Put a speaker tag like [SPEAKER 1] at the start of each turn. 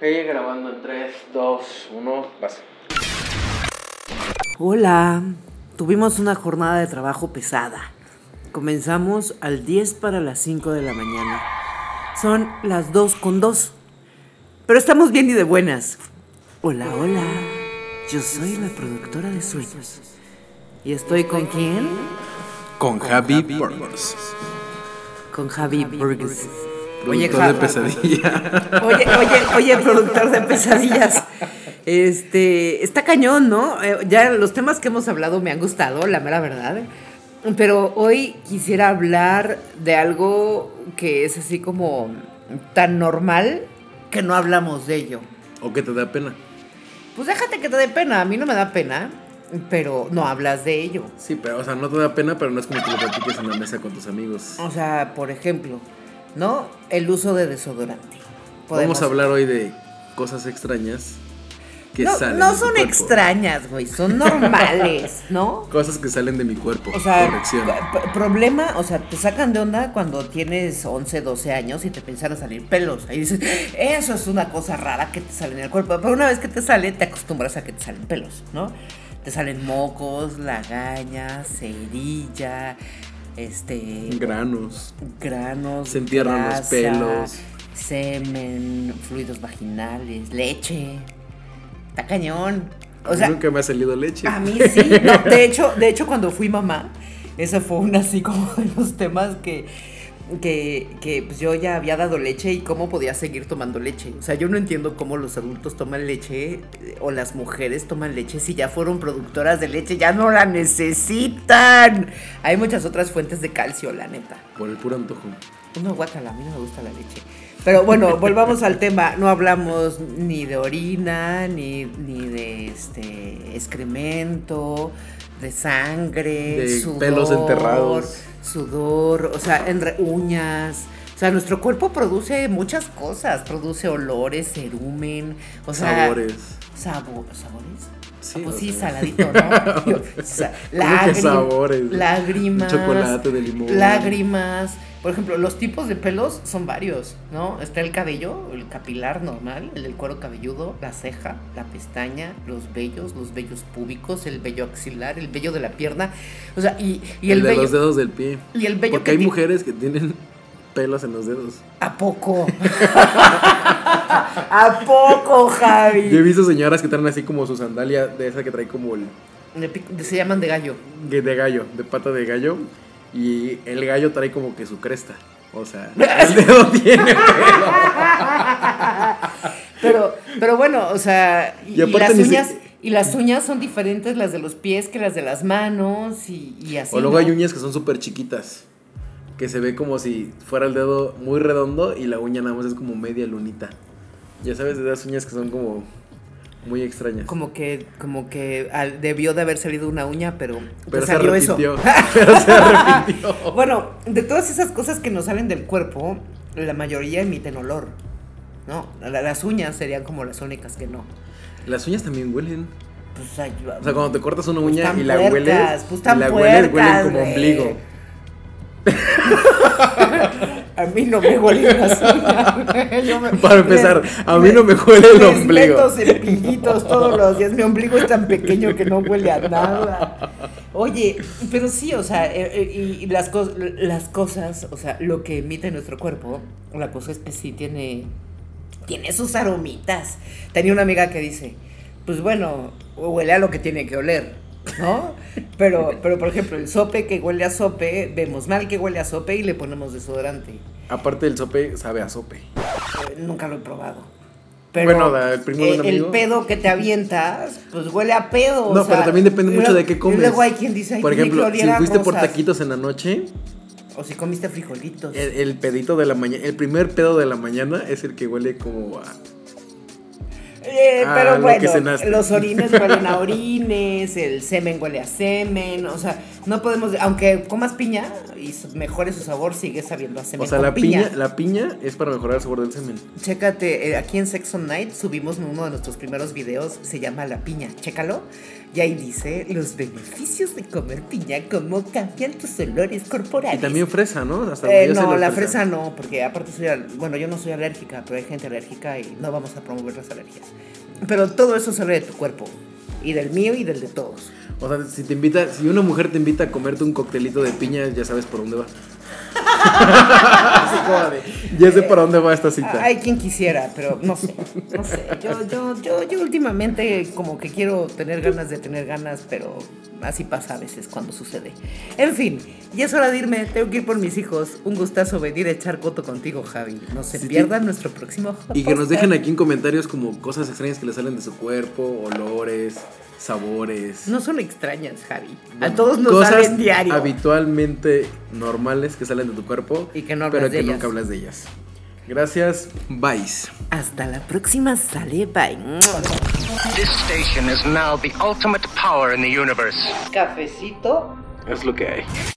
[SPEAKER 1] Ella grabando en 3, 2, 1, vas.
[SPEAKER 2] Hola, tuvimos una jornada de trabajo pesada. Comenzamos al 10 para las 5 de la mañana. Son las 2 con 2. Pero estamos bien y de buenas. Hola, hola. Yo soy la productora de sueños. ¿Y estoy con quién?
[SPEAKER 3] Con Javi Burgos.
[SPEAKER 2] Con Javi Burgess. Oye,
[SPEAKER 3] Productor de
[SPEAKER 2] Javi.
[SPEAKER 3] pesadilla.
[SPEAKER 2] Oye, oye, oye, productor de pesadillas. Este, está cañón, ¿no? Eh, ya los temas que hemos hablado me han gustado, la mera verdad. Pero hoy quisiera hablar de algo que es así como tan normal que no hablamos de ello.
[SPEAKER 3] ¿O que te da pena?
[SPEAKER 2] Pues déjate que te dé pena, a mí no me da pena, pero no hablas de ello.
[SPEAKER 3] Sí, pero, o sea, no te da pena, pero no es como que lo platiques en la mesa con tus amigos.
[SPEAKER 2] O sea, por ejemplo, ¿no? El uso de desodorante.
[SPEAKER 3] Vamos
[SPEAKER 2] Podemos-
[SPEAKER 3] a hablar hoy de cosas extrañas que
[SPEAKER 2] no,
[SPEAKER 3] salen.
[SPEAKER 2] no
[SPEAKER 3] de tu
[SPEAKER 2] son
[SPEAKER 3] cuerpo.
[SPEAKER 2] extrañas, güey, son normales, ¿no?
[SPEAKER 3] Cosas que salen de mi cuerpo.
[SPEAKER 2] O sea,
[SPEAKER 3] Corrección.
[SPEAKER 2] p- p- problema, o sea, te sacan de onda cuando tienes 11, 12 años y te empiezan a salir pelos. Ahí dices, eso es una cosa rara que te sale en el cuerpo. Pero una vez que te sale, te acostumbras a que te salen pelos, ¿no? Te salen mocos, lagañas, cerilla, este,
[SPEAKER 3] Granos.
[SPEAKER 2] granos,
[SPEAKER 3] Se entierran los pelos.
[SPEAKER 2] semen, fluidos vaginales, leche. Está cañón. O
[SPEAKER 3] A mí
[SPEAKER 2] sea,
[SPEAKER 3] nunca me ha salido leche.
[SPEAKER 2] a mí sí. No, de hecho, de hecho, cuando fui mamá, eso fue un así como de los temas que, que, que, pues, yo ya había dado leche y cómo podía seguir tomando leche. O sea, yo no entiendo cómo los adultos toman leche eh, o las mujeres toman leche si ya fueron productoras de leche, ya no la necesitan. Hay muchas otras fuentes de calcio, la neta.
[SPEAKER 3] Por el puro antojo.
[SPEAKER 2] No, guácala, a mí no me gusta la leche. Pero bueno, volvamos al tema. No hablamos ni de orina, ni, ni de este excremento, de sangre,
[SPEAKER 3] De
[SPEAKER 2] sudor,
[SPEAKER 3] pelos enterrados.
[SPEAKER 2] Sudor, o sea, en uñas. O sea, nuestro cuerpo produce muchas cosas. Produce olores, cerumen, o sea,
[SPEAKER 3] sabores.
[SPEAKER 2] sabo- ¿Sabores?
[SPEAKER 3] Sí,
[SPEAKER 2] Ah, pues
[SPEAKER 3] o
[SPEAKER 2] sí,
[SPEAKER 3] sea.
[SPEAKER 2] saladito, ¿no? O sea,
[SPEAKER 3] ¿Cómo que
[SPEAKER 2] lágrim-
[SPEAKER 3] sabores?
[SPEAKER 2] Lágrimas.
[SPEAKER 3] De chocolate, de limón.
[SPEAKER 2] Lágrimas. Por ejemplo, los tipos de pelos son varios, ¿no? Está el cabello, el capilar normal, el del cuero cabelludo, la ceja, la pestaña, los vellos, los vellos púbicos, el vello axilar, el vello de la pierna. O sea, y, y el,
[SPEAKER 3] el de
[SPEAKER 2] vello.
[SPEAKER 3] los dedos del pie.
[SPEAKER 2] Y el vello
[SPEAKER 3] Porque
[SPEAKER 2] que
[SPEAKER 3] hay
[SPEAKER 2] ti-
[SPEAKER 3] mujeres que tienen pelos en los dedos.
[SPEAKER 2] ¿A poco? ¿A poco, Javi?
[SPEAKER 3] Yo he visto señoras que traen así como su sandalia de esa que trae como el
[SPEAKER 2] De pic- Se llaman de gallo.
[SPEAKER 3] de de gallo, de pata de gallo. Y el gallo trae como que su cresta. O sea, el dedo tiene.
[SPEAKER 2] Pero, pero bueno, o sea, y,
[SPEAKER 3] Y
[SPEAKER 2] y
[SPEAKER 3] aparte
[SPEAKER 2] las
[SPEAKER 3] ni si-
[SPEAKER 2] uñas, y las uñas son diferentes las de los pies que las de las manos y, y así.
[SPEAKER 3] O luego
[SPEAKER 2] ¿no?
[SPEAKER 3] hay uñas que son súper chiquitas. Que se ve como si fuera el dedo muy redondo y la uña nada más es como media lunita. Ya sabes, de esas uñas que son como muy extrañas.
[SPEAKER 2] Como que, como que al- debió de haber salido una uña, pero, te
[SPEAKER 3] Pero se
[SPEAKER 2] salió eso.
[SPEAKER 3] arrepintió. Pero se arrepintió.
[SPEAKER 2] Bueno, de todas esas cosas que nos salen del cuerpo, la mayoría emiten olor. No, la- las uñas serían como las únicas que no.
[SPEAKER 3] Las uñas también huelen.
[SPEAKER 2] Pues, ay,
[SPEAKER 3] O sea, cuando te cortas una uña
[SPEAKER 2] Pues están
[SPEAKER 3] y la
[SPEAKER 2] puercas,
[SPEAKER 3] hueles,
[SPEAKER 2] pues están
[SPEAKER 3] y la hueles, huelen
[SPEAKER 2] puercas,
[SPEAKER 3] como
[SPEAKER 2] güey.
[SPEAKER 3] ombligo.
[SPEAKER 2] a mí no me huelen las uñas. Yo me-
[SPEAKER 3] Para empezar, a mí no me huele el
[SPEAKER 2] Les
[SPEAKER 3] ombligo.
[SPEAKER 2] meto cepillitos todos los días. Mi ombligo es tan pequeño que no huele a nada. Oye, pero sí, o sea, eh, eh, y, y las, cos- las cosas, o sea, lo que emite nuestro cuerpo, la cosa es que sí tiene, tiene sus aromitas. Tenía una amiga que dice, pues bueno, huele a lo que tiene que oler. ¿No? Pero, pero, por ejemplo, el sope que huele a sope, vemos mal que huele a sope y le ponemos desodorante.
[SPEAKER 3] Aparte del sope, sabe a sope.
[SPEAKER 2] Eh, Nunca lo he probado.
[SPEAKER 3] Bueno, da, el primo de un
[SPEAKER 2] eh, el
[SPEAKER 3] amigo.
[SPEAKER 2] pedo que te avientas, pues huele a pedo. o
[SPEAKER 3] No,
[SPEAKER 2] sea,
[SPEAKER 3] pero también depende
[SPEAKER 2] y
[SPEAKER 3] mucho
[SPEAKER 2] luego-
[SPEAKER 3] de qué comes.
[SPEAKER 2] Y luego hay quien dice, "Ay,
[SPEAKER 3] por
[SPEAKER 2] tiene que
[SPEAKER 3] ejemplo,
[SPEAKER 2] oler
[SPEAKER 3] si
[SPEAKER 2] a
[SPEAKER 3] fuiste por
[SPEAKER 2] rosas".
[SPEAKER 3] taquitos en la noche,
[SPEAKER 2] O si comiste frijolitos.
[SPEAKER 3] el, el pedito de la mañana, el primer pedo de la mañana es el que huele como a
[SPEAKER 2] Eh,
[SPEAKER 3] Ah,
[SPEAKER 2] pero
[SPEAKER 3] lo que
[SPEAKER 2] bueno,
[SPEAKER 3] cenaste.
[SPEAKER 2] los orines huelen a orines, el semen huele a semen, o sea, no podemos, aunque comas piña y su- mejore su sabor, sigue sabiendo a semen.
[SPEAKER 3] O sea,
[SPEAKER 2] con
[SPEAKER 3] la piña, la piña es para mejorar el sabor del semen.
[SPEAKER 2] Chécate, eh, aquí en Sex on Night subimos uno de nuestros primeros videos, se llama La Piña, chécalo. Y ahí dice los beneficios de comer piña, cómo cambian tus olores
[SPEAKER 3] Y
[SPEAKER 2] corporales.
[SPEAKER 3] también fresa, ¿no? Hasta
[SPEAKER 2] Eh,
[SPEAKER 3] donde yo sé
[SPEAKER 2] no,
[SPEAKER 3] la
[SPEAKER 2] la fresa no, porque aparte soy, al- bueno, yo no soy alérgica, pero hay gente alérgica y no vamos a promover las alergias. Pero todo eso sale de tu cuerpo, y del mío y del de todos.
[SPEAKER 3] O sea, si te invita, si una mujer te invita a comerte un coctelito de piña, ya sabes por dónde va. Así como de, ya
[SPEAKER 2] eh,
[SPEAKER 3] sé para dónde va esta cita.
[SPEAKER 2] Ah, Hay quien quisiera, pero no sé, no sé. Yo, yo, yo, yo últimamente como que quiero tener ganas de tener ganas, pero así pasa a veces cuando sucede. En fin, ya es hora de irme, tengo que ir por mis hijos. Un gustazo venir a echar coto contigo, Javi. No se
[SPEAKER 3] Sí, sí.
[SPEAKER 2] pierdan nuestro próximo
[SPEAKER 3] Y que nos
[SPEAKER 2] podcast.
[SPEAKER 3] dejen aquí en comentarios como cosas extrañas que le salen de su cuerpo, olores, sabores.
[SPEAKER 2] No son extrañas, Javi.
[SPEAKER 3] Bueno,
[SPEAKER 2] a todos nos
[SPEAKER 3] cosas
[SPEAKER 2] salen diario.
[SPEAKER 3] habitualmente normales que salen de tu cuerpo,
[SPEAKER 2] Y que no hablas
[SPEAKER 3] pero
[SPEAKER 2] de
[SPEAKER 3] que
[SPEAKER 2] ellas.
[SPEAKER 3] nunca hablas de ellas. Gracias, bye.
[SPEAKER 2] Hasta la próxima, sale bye.
[SPEAKER 4] This station is now the ultimate power in the universe.
[SPEAKER 2] Cafecito
[SPEAKER 1] Es lo que hay.